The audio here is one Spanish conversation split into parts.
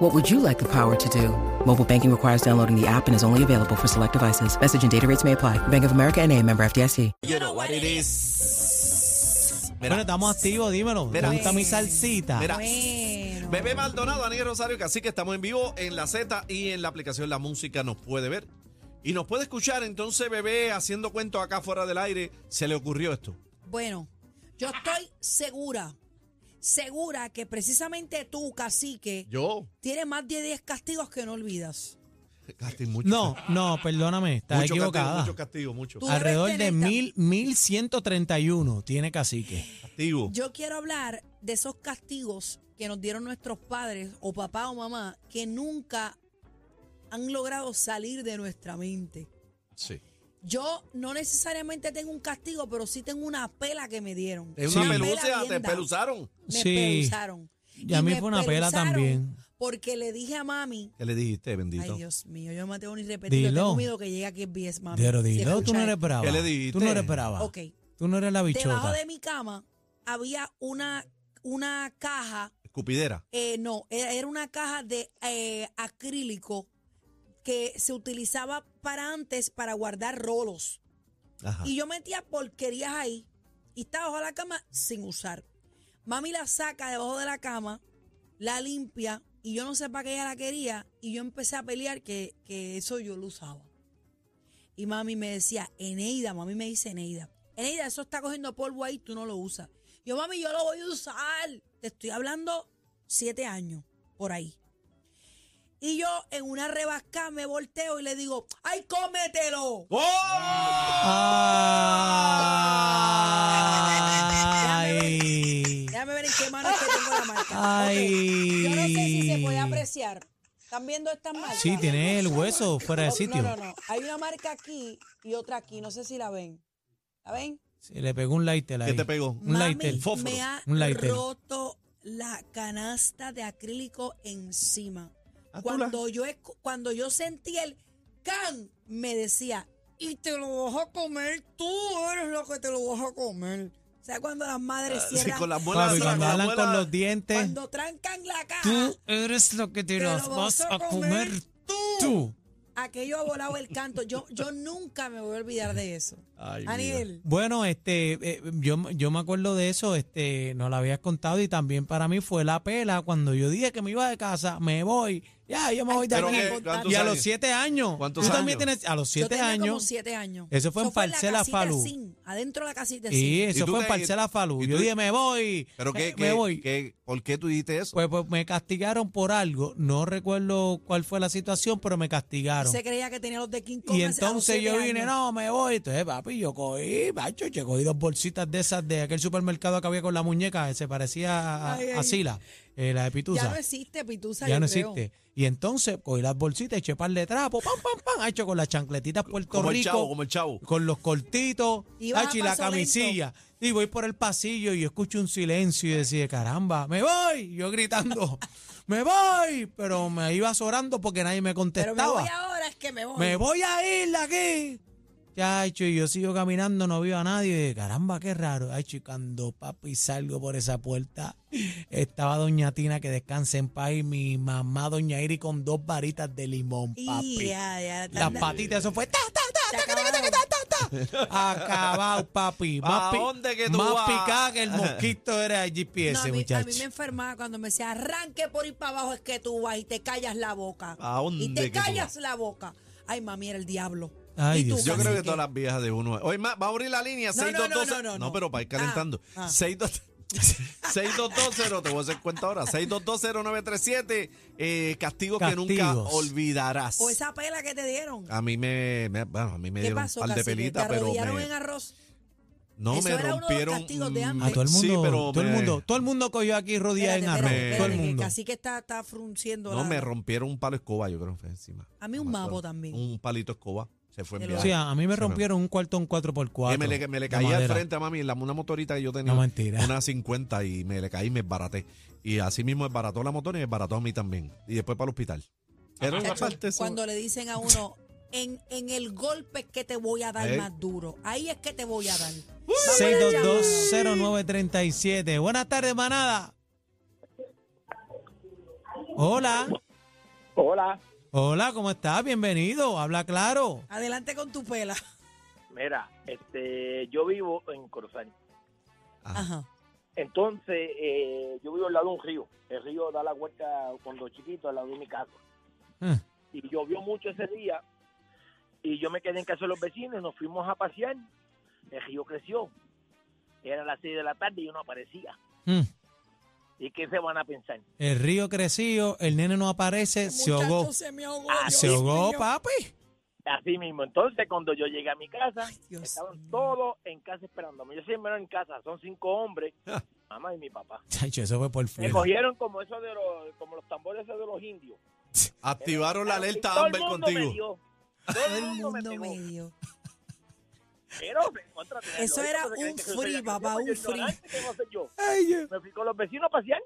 What would you like the power to do? Mobile banking requires downloading the app and is only available for select devices. Message and data rates may apply. Bank of America and a member FDIC. You know what it is. Mira, Bueno, estamos activos, dímelo. ¿Te Mira. eh, gusta mi salsita? mira. Bueno. Bebé Maldonado, Daniel Rosario, que así que estamos en vivo en la Z y en la aplicación La Música nos puede ver. Y nos puede escuchar, entonces Bebé, haciendo cuentos acá fuera del aire, se le ocurrió esto. Bueno, yo estoy segura, segura que precisamente tú, cacique, Yo, tienes más de 10 castigos que no olvidas. Casti, mucho. No, no, perdóname, estás mucho equivocada. Castigo, mucho castigo, mucho Tú- Alrededor de debes tener mil, mil ciento treinta y uno tiene cacique. castigo. Yo quiero hablar de esos castigos que nos dieron nuestros padres o papá o mamá que nunca han logrado salir de nuestra mente. Sí. Yo no necesariamente tengo un castigo, pero sí tengo una pela que me dieron. Es Sí. una pela pelucia, bien te dada. peluzaron. Me Sí. peluzaron. Y a mí me fue una pela peluzaron también. Porque le dije a mami, ¿Qué le dijiste, bendito? Ay, Dios mío, yo no me tengo ni repetir. Yo Dilo. tengo miedo que llegue aquí el BS, mami. Pero Si dilo, tú escuchas no eres esto. brava. ¿Qué le dijiste? Tú no eres brava. Ok. Tú no eres la Debajo bichota. de mi cama había una, una caja, Escupidera. eh, no, era era una caja de eh, acrílico que se utilizaba para antes para guardar rolos. Ajá. Y yo metía porquerías ahí y estaba bajo la cama sin usar. Mami la saca debajo de la cama, la limpia y yo no sé para qué ella la quería y yo empecé a pelear que, que eso yo lo usaba. Y mami me decía, Eneida, mami me dice Eneida, Eneida, eso está cogiendo polvo ahí, tú no lo usas. Yo, mami, yo lo voy a usar. Te estoy hablando siete años, por ahí. Y yo en una rebasca me volteo y le digo, ¡ay, cómetelo! ¡Oh! Ay. Déjame ver en qué mano es que tengo la marca. Ay. Ok, Yo no sé si se puede apreciar. ¿Están viendo estas marcas? Sí, tiene el hueso fuera de Oh, sitio. No, no, no. Hay una marca aquí y otra aquí. No sé si la ven. ¿La ven? Sí, le pegó un lighter ahí. ¿Qué te pegó? Un lighter. fósforo, me ha un lighter. roto la canasta de acrílico encima. Ah, tú la- Cuando yo, escu- cuando yo sentí el can, me decía, y te lo vas a comer, tú eres lo que te lo vas a comer. O sea, cuando las Ah, madres Sí, cierran, con las muelas, Papi, con cuando las hablan con muelas. los dientes. cuando trancan la caja, Tú Ah, eres lo que te Te las lo vas a comer tú. aquello ha volado el canto. Yo, yo nunca me voy a olvidar de eso. Ay, Aniel, Bueno, este, eh, yo, yo me acuerdo de eso, este, nos lo habías contado y también para mí fue la pela cuando yo dije que me iba de casa, me voy, ya, yo me voy de Pero aquí. que- ¿qué? ¿Cuántos Y a años? los siete años, ¿Cuántos tú también años? tienes, a los yo siete tenía como años, siete años. Eso fue en Parcela casita Falú. Zinc, adentro de la casita y Zinc. eso ¿Y tú fue en qué- Parcela Falú, y yo tú- dije, me voy, ¿Pero me, qué, me qué- voy. qué- ¿Por qué tú dijiste eso? Pues, pues me castigaron por algo, no recuerdo cuál fue la situación, pero me castigaron. Se creía que tenía los de King Kong. Y a los entonces siete yo vine, años. no, me voy. Entonces, papi, yo cogí, macho, yo cogí dos bolsitas de esas de aquel supermercado que había con la muñeca, que se parecía a, Ay, ay. a Sila, eh, la de Pitusa. Ya no existe Pitusa. Ya yo no creo. existe. Y entonces cogí las bolsitas, eché par de trapo, pam, pam, pam, hecho con las chancletitas Puerto como el Rico, chavo, como el chavo. con los cortitos, Y vas a hacho, y la paso lento. camisilla. Y voy por el pasillo y yo escucho un silencio y decía, caramba, me voy. Yo gritando, me voy. Pero me iba zorando porque nadie me Pero contestaba. me voy ahora, es que me voy. Me voy a ir de aquí. Chacho, y yo sigo caminando, no veo a nadie. Caramba, qué raro. Ay, y cuando papi salgo por esa puerta, estaba Doña Tina, que descanse en paz, y mi mamá, Doña Iri, con dos varitas de limón, Y papi. ya, ya, Las tan- patitas, eso fue. ta, ta, ta, Se ta, ta, ta, ta, ta, ta. Acabado, papi. ¿Pa' Más, pi- dónde que tú más vas? picada que el mosquito era el No, GPS, a, mí, a muchacho. mí me enfermaba cuando me decía arranque por ir para abajo es que tú vas y te callas la boca. ¿A dónde y que te tú callas la boca. Ay, mami, era el diablo. Ay, ¿Y tú, Dios. Yo cacique? creo que todas las viejas de uno. Hoy más, va a abrir la línea No, no, no, 622. no, no, no. pero para ir calentando. Ah, ah. 622 622-0, te voy a hacer cuenta ahora. 6220937, eh, castigo que Castigos. nunca olvidarás. O esa pela que te dieron. A mí me, me- bueno, a mí Ah, me ¿Qué dieron pasó, un par de cacique? pelitas, ¿Te pero arrodillaron me- en arroz? no Eso me era uno de los rompieron. castigos de mm, antes. A todo el mundo, sí, pero todo el me- mundo, todo el mundo cogió aquí rodilla en Espérate, arroz, espérate, todo el espérate, que mundo. Así que está, está frunciendo No, la- me rompieron un palo escoba, yo creo, fue encima. A mí No un me mapo acuerdo. también. Un palito escoba. Se fue en Te lo viaje. Sí, a, a mí me Se fue. rompieron un cuartón 4x4. Eh, me, le, me le de caí al madera. frente a mami en la, una motorita que yo tenía. No, mentira. Una 50 y me le caí y me esbaraté. Y así mismo esbarató la motor y me esbarató a mí también. Y después para el hospital. Ah, Era una Chacho, parte eso- cuando le dicen a uno, en, en el golpe es que te voy a dar Ey. más duro. Ahí es que te voy a dar. 6220937. Buenas tardes, manada. Hola. Hola, Hola, ¿cómo estás? Bienvenido. Habla claro. Adelante con tu pela. mira, este, yo vivo en Corozal. Ajá. Ah. Ajá. Entonces, eh, yo vivo al lado de un río. El río da la vuelta cuando chiquito al lado de mi casa. Eh, Y llovió mucho ese día. Y yo me quedé en casa de los vecinos. Nos fuimos a pasear. El río creció. Era las 6 de la tarde y yo no aparecía. mm. ¿Y qué se van a pensar? El río creció, el nene no aparece, se Muchacho, ahogó. se me ahogó. Ah, Dios Se ahogó, mío. papi. Así mismo. Entonces, cuando yo llegué a mi casa, Ay, Dios estaban mío. todos en casa esperándome. Yo siempre era en casa. Son cinco hombres, Ah. mamá y mi papá. Chacho, eso fue por Me fuera. cogieron como eso de los, como los tambores esos de los indios. Activaron la Pero alerta sí, todo el Amber mundo contigo. me dio. Todo Todo el el mundo me mundo pegó. me dio. Pero, contra, te- Eso lo era digo porque un hay que ser free, seria, papá, que un soy free. ignorante, que no sé yo. Ay, Dios. Me fui con los vecinos a pasear,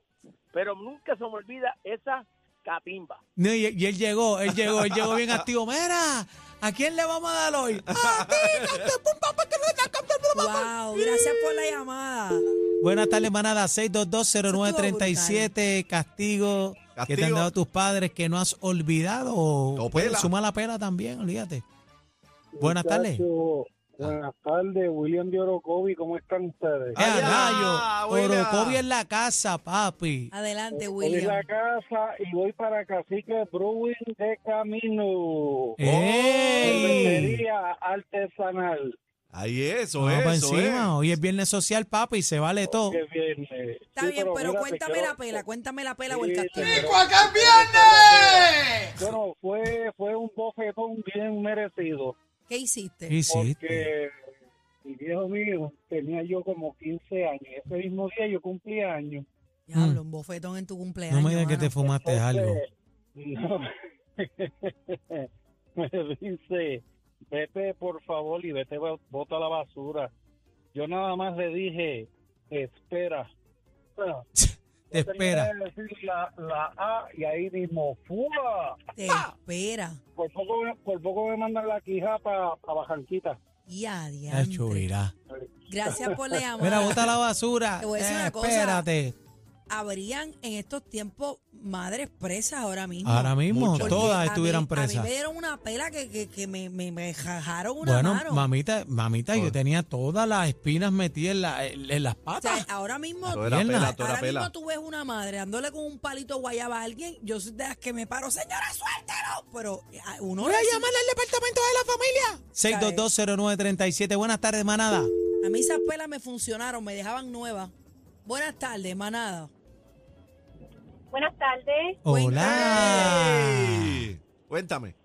pero nunca se me olvida esa capimba. No, y, y él llegó, él llegó, él llegó bien activo. Mira, ¿a quién le vamos a dar hoy? A ti, canto, pum, papá, que no está cantando, papá. Wow, gracias por la llamada. Buenas tardes, manada. Eso 6220937, castigo, que te han Castigo. pues, dado tus padres que no has olvidado. O O pela. suma la pela también, olvídate. Buenas tardes. Muchacho, Buenas tardes, William de Orocovi, ¿cómo están ustedes? ¡Eh, a Allá, rayo! abuela. Orocovia en la casa, papi. Adelante, Voy a la William. casa y voy para Cacique Brewing de Oh, camino. ¡Ey! Cervecería artesanal. Ahí eso, Vamos para eso. encima. eh. Hoy es viernes social, papi, y se vale todo. Qué viernes. Oh. Está Sí, bien, pero mira, te cuéntame quiero- la pela, cuéntame la pela Sí, o el te castigo. quiero- Bueno, fue, fue un bofetón bien merecido. ¿Qué hiciste? ¿Qué hiciste? Porque mi viejo mío tenía yo como 15 años. Ese mismo día yo cumplía años. Diablo, un bofetón en tu cumpleaños. No me digas que te mano. fumaste Este, algo. No. me dice, vete por favor y vete, bo- bota la basura. Yo nada más le dije, espera. Bueno, Te yo tenía espera. que decir la, la A y ahí mismo, ¡fua! Te espera. Por poco, me- por poco me mandan la quija para Bajanquita. Y Ay, chuvirá. Gracias por la llamada. eh. Mira, bota la basura. Eh, Te voy a decir una cosa. Espérate. Habrían en estos tiempos madres presas ahora mismo. Ahora mismo, Muchas. Porque a todas mí- estuvieran A presas. mí me dieron una pela que, que, que me, me, me jajaron una Bueno, mano. mamita, mamita, yo Todo. tenía todas las espinas metidas en, la- en las O sea, ah, patas. ahora mismo, Todo era Mierda. pela, todo ahora era mismo pela. tú ves una madre dándole con un palito guayaba a alguien. Yo soy de las que me paro, señora, suéltalo. Pero eh, uno Voy a le- llamar al departamento de la familia. 6220937. Buenas tardes, manada. A mí esas pelas me funcionaron, me dejaban nuevas. Buenas tardes, manada. Buenas tardes, Hola. eh. Ey, Cuéntame.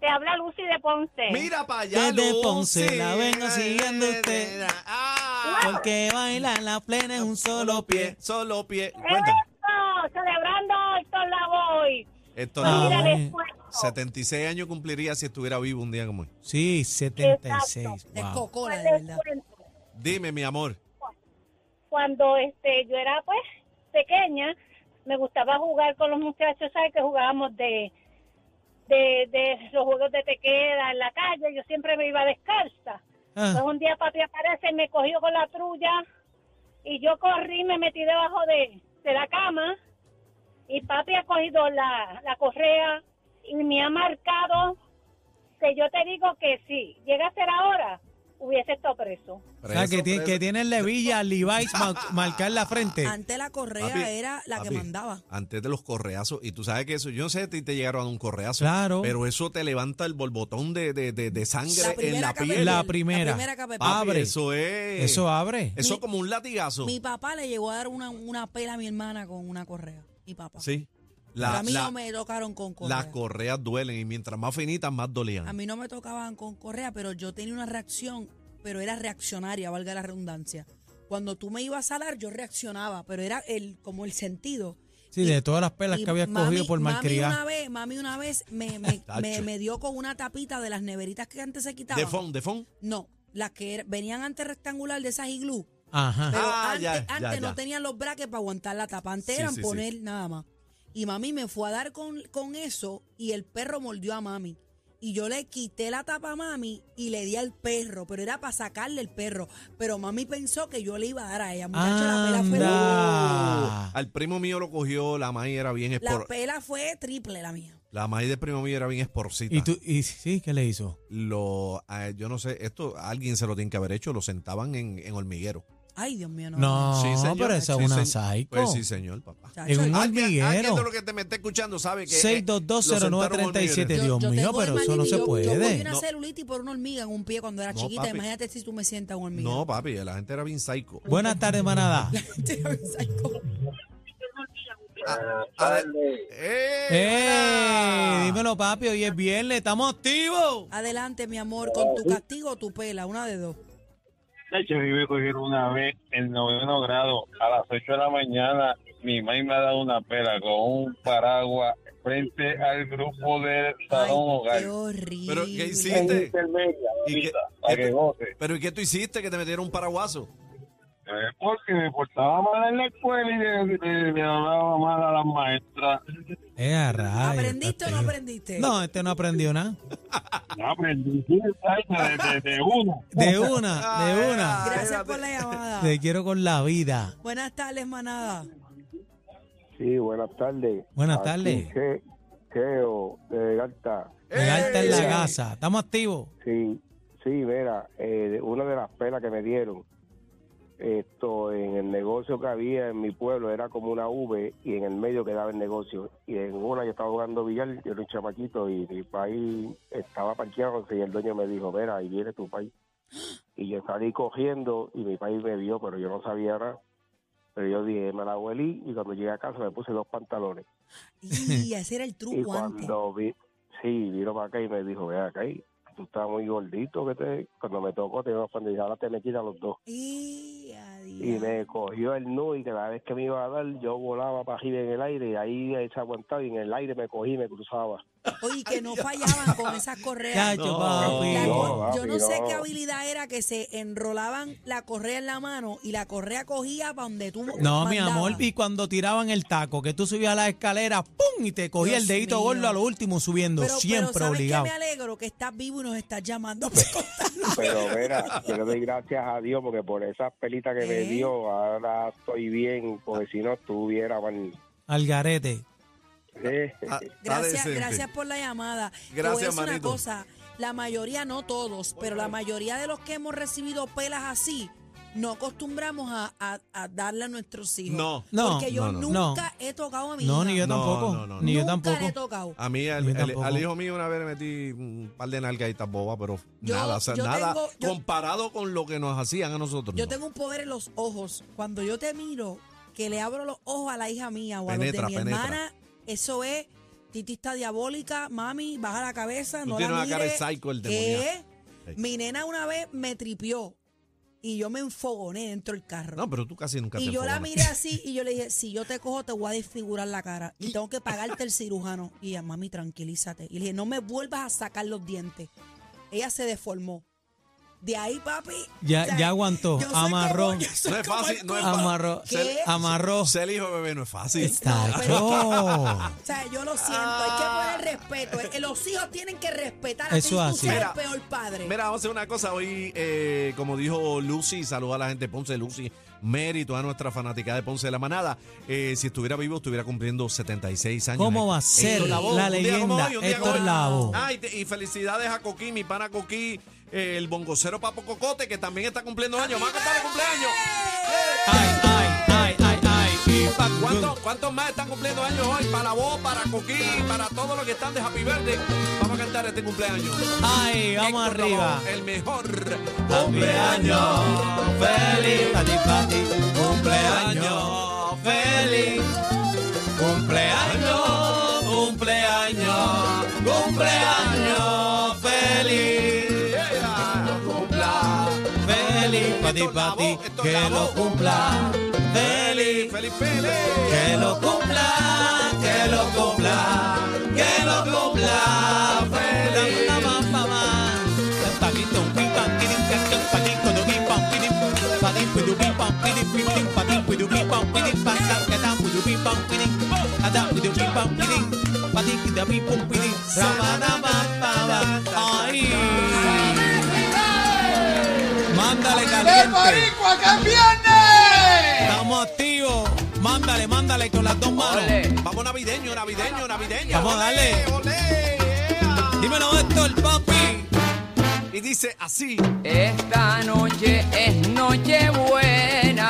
te habla Lucy de Ponce. Eh. Mira para allá. Desde Lucy. Eh, Ponce la vengo siguiendo usted. Ah, Porque baila la plena es un solo pie. Solo Eh. pie. Cuéntame. ¡Eso! Celebrando a Héctor Lavoy. Esto Ah, Mira nada. el bueno. esfuerzo. 76 años cumpliría si estuviera vivo un día como hoy. Sí, 76. De Wow. cocola, Fue de el verdad. esfuerzo. Dime, mi amor. Cuando este, yo era pues pequeña, me gustaba jugar con los muchachos, ¿sabes? Que jugábamos de, de, de los juegos de tequeda en la calle. Yo siempre me iba descalza. Pues Ah, un día papi aparece, me cogió con la trulla y yo corrí, me metí debajo de, de la cama y papi ha cogido la, la correa y me ha marcado que yo te digo que si llega a ser ahora, hubiese estado preso. o sea, que, tiene, que tiene en levilla Levi's ma- marcar la frente. Antes la correa Papi, era la que papi, mandaba. Antes de los correazos, y tú sabes que eso, yo no sé si te llegaron a un correazo, Claro. pero eso te levanta el borbotón de, de, de, de sangre en la primera piel. La que- primera. La primera que me- Papi, abre. Eso es. Eso abre. Eso Mi- como un latigazo. Mi papá le llegó a dar una, una pela a mi hermana con una correa. Mi papá. Sí. Pero La- a mí la- no me tocaron con correa. las correas duelen y mientras más finitas, más dolían. A mí no me tocaban con correa, pero yo tenía una reacción, pero era reaccionaria, valga la redundancia. Cuando tú me ibas a dar, yo reaccionaba, pero era el como el sentido. Sí, Y- de todas las pelas Y que habías cogido por mami una malcriar. vez, mami una vez me, me, Tacho. me- me dio con una tapita de las neveritas que antes se quitaban. De fond, de fond. No, las que er- venían antes rectangular de esas iglú. Ajá. Pero Ah, antes, ya, ya, antes no ya. tenían los brackets para aguantar la tapa. Antes Sí, eran sí, sí. poner nada más. Y mami me fue a dar con, con eso y el perro mordió a mami. Y yo le quité la tapa a mami y le di al perro, pero era para sacarle el perro. Pero mami pensó que yo le iba a dar a ella. Muchacho, la pela fue Anda. oh, Al primo mío lo cogió, la maíz era bien La espor. pela fue triple la mía. La maíz del primo mío era bien esporcita. ¿Y tú? ¿Y sí? ¿Qué le hizo? Lo, a- yo no sé, esto a alguien se lo tiene que haber hecho, lo sentaban en, en hormiguero. Ay, Dios mío, no. No, Sí, señor. pero esa Sí, es una señor. psycho. Pues sí, señor, papá. Chacho, En un Alguien, alguien de hormiguero. lo que te me está escuchando sabe que... eh, lo 6220937. sentaron este Dios mío, tengo pero eso no imagínate, se yo- Yo cogí puede. una No. celulitis por una hormiga en un pie cuando era No, chiquita. papi. Imagínate si tú me sientas un hormiga. No, papi, la gente era bien psycho. Buenas tardes, manada. Ah, ¡Eh! ¡Ey! buena! Dímelo, papi, hoy es viernes, estamos activos. Adelante, mi amor, con tu castigo o tu pela, una de dos. De hecho, a mí me cogieron una vez en noveno grado a las 8 de la mañana. Mi mamá me ha dado una pela con un paraguas frente al grupo del Ay, Salón Hogar. qué horrible. ¿Pero qué En hiciste? intermedia, ¿Y Lisa, qué- para qué que te- goce. Pero ¿y qué tú hiciste que te metieron un paraguaso? Eh, Porque me portaba mal en la escuela y le, le- le hablaba mal a las maestras. Eh, a rayos, ¿Aprendiste o no castigo. aprendiste? No, este no aprendió nada. No aprendí de, de, de uno. De una, de una. Gracias por la llamada. Te quiero con la vida. Buenas tardes, manada. Sí, buenas tardes. Buenas Aquí tardes. Che- Cheo de Galta. El alta en la Eh. casa. Estamos activos. Sí, sí, Vera, eh, de- una de las penas que me dieron, esto en el negocio que había en mi pueblo era como una V y en el medio quedaba el negocio. Y en una yo estaba jugando billar, yo era un chamaquito y mi país estaba parqueado y el dueño me dijo, Vera, ahí viene tu país. Y yo salí cogiendo y mi país me vio, pero yo no sabía nada. Pero yo dije, me la huelí y cuando llegué a casa me puse dos pantalones. Y ese era el Y truco antes. cuando vi, sí, vino para acá y me dijo, ve acá, y tú estás muy gordito, que te, cuando me tocó te iba a poner, ahora te me quita los dos. Y, Y adiós. me cogió el nudo y cada vez que me iba a dar, yo volaba para arriba en el aire y ahí eh, ahí se aguantaba y en el aire me cogí y me cruzaba. Oye, que no fallaban con esas correas. Chacho, No. papi. La No, cor- yo no papi, sé no. qué habilidad era que se enrolaban la correa en la mano y la correa cogía para donde tú No, mi mandabas. amor, y cuando tiraban el taco, que tú subías la escalera, ¡pum! Y te cogía Dios el dedito mío. gordo a lo último subiendo, Pero, siempre pero ¿sabes qué? obligado. me alegro? Que estás vivo y nos estás llamando. para contarnos. Pero mira, yo le doy gracias a Dios porque por esas pelitas que me ¿Eh? dio, ahora estoy bien, porque si no estuviera mal. Al garete. Eh, Ah, está Gracias, decente. gracias por la llamada. Te voy a Gracias, decir una manito. cosa, la mayoría, no todos, pero la mayoría de los que hemos recibido pelas así, no acostumbramos a, a- a darle a nuestros hijos. No. No, Porque yo no, no, no. nunca he tocado a mi No, hija. ni yo No, tampoco. no, no, Ni yo Nunca le he tampoco. tocado. A mí, al, Yo el- tampoco. al hijo mío una vez le metí un par de nalgaditas bobas, pero Yo- nada, o sea, yo nada tengo- yo- comparado con lo que nos hacían a nosotros. Yo no. tengo un poder en los ojos. Cuando yo te miro, que le abro los ojos a la hija mía o a Penetra, los de mi penetra. hermana, eso es titista diabólica, mami, baja la cabeza, Tú no la tienes una cara de mires. psycho, el ¿Qué? Sí. Mi nena una vez me tripió y yo me enfogoné dentro del carro. No, pero tú casi nunca y te yo la enfogonas. miré así y yo le dije, si yo te cojo te voy a desfigurar la cara y tengo que pagarte el cirujano. Y ella, mami, tranquilízate. Y le dije, no me vuelvas a sacar los dientes. Ella se deformó. De ahí, papi. o Ya, sea, ya aguantó. yo soy Amarró. como- yo soy No es como fácil, el no es culo. fácil. Amarró. ¿Qué? Amarró. Ser hijo de bebé no es fácil. No, pero- Tacho. O sea, yo lo siento, hay que poner respeto. Eh, Los hijos tienen que respetar. Eso a ti, así. tú ser el Ah. Mira, peor padre. Mira, vamos a hacer una cosa. Hoy, eh, como dijo Lucy, saluda a la gente de Ponce, Lucy, mérito a nuestra fanática de Ponce de la Manada. Eh, si estuviera vivo, estuviera cumpliendo 76 años. ¿Cómo Eh, va a ser Héctor Lavoe, la un día como leyenda? hoy, un día Héctor como hoy. Lavoe. Ah, y, te- y felicidades a Coquí, mi pana Coquí, eh, el bongocero Papo Cocote, que también está cumpliendo años. ¡Más compadre, cumpleaños! Ay, ay, ay, ay, ay. Y pa- ¿Cuántos, cuántos más están cumpliendo años hoy? Para vos, para Coquí, para todos los que están de Happy Verde. Vamos a cantar este cumpleaños. Ay, vamos Héctor arriba. Lavoe, El mejor Cumpleaños feliz para ti, para ti. Cumpleaños feliz. Cumpleaños, cumpleaños, cumpleaños feliz. Feliz para ti, para ti. Que lo cumpla. Feliz Feliz Pérez. Que lo cumpla, que lo cumpla, que lo cumpla. Feliz. Ay. Mándale caliente. Estamos activos. Mándale, mándale con las dos manos. Vamos navideño, navideño, navideño. Vamos a darle. Olé, olé, ea. Dímelo esto, el papi. Y dice así. Esta noche es noche buena.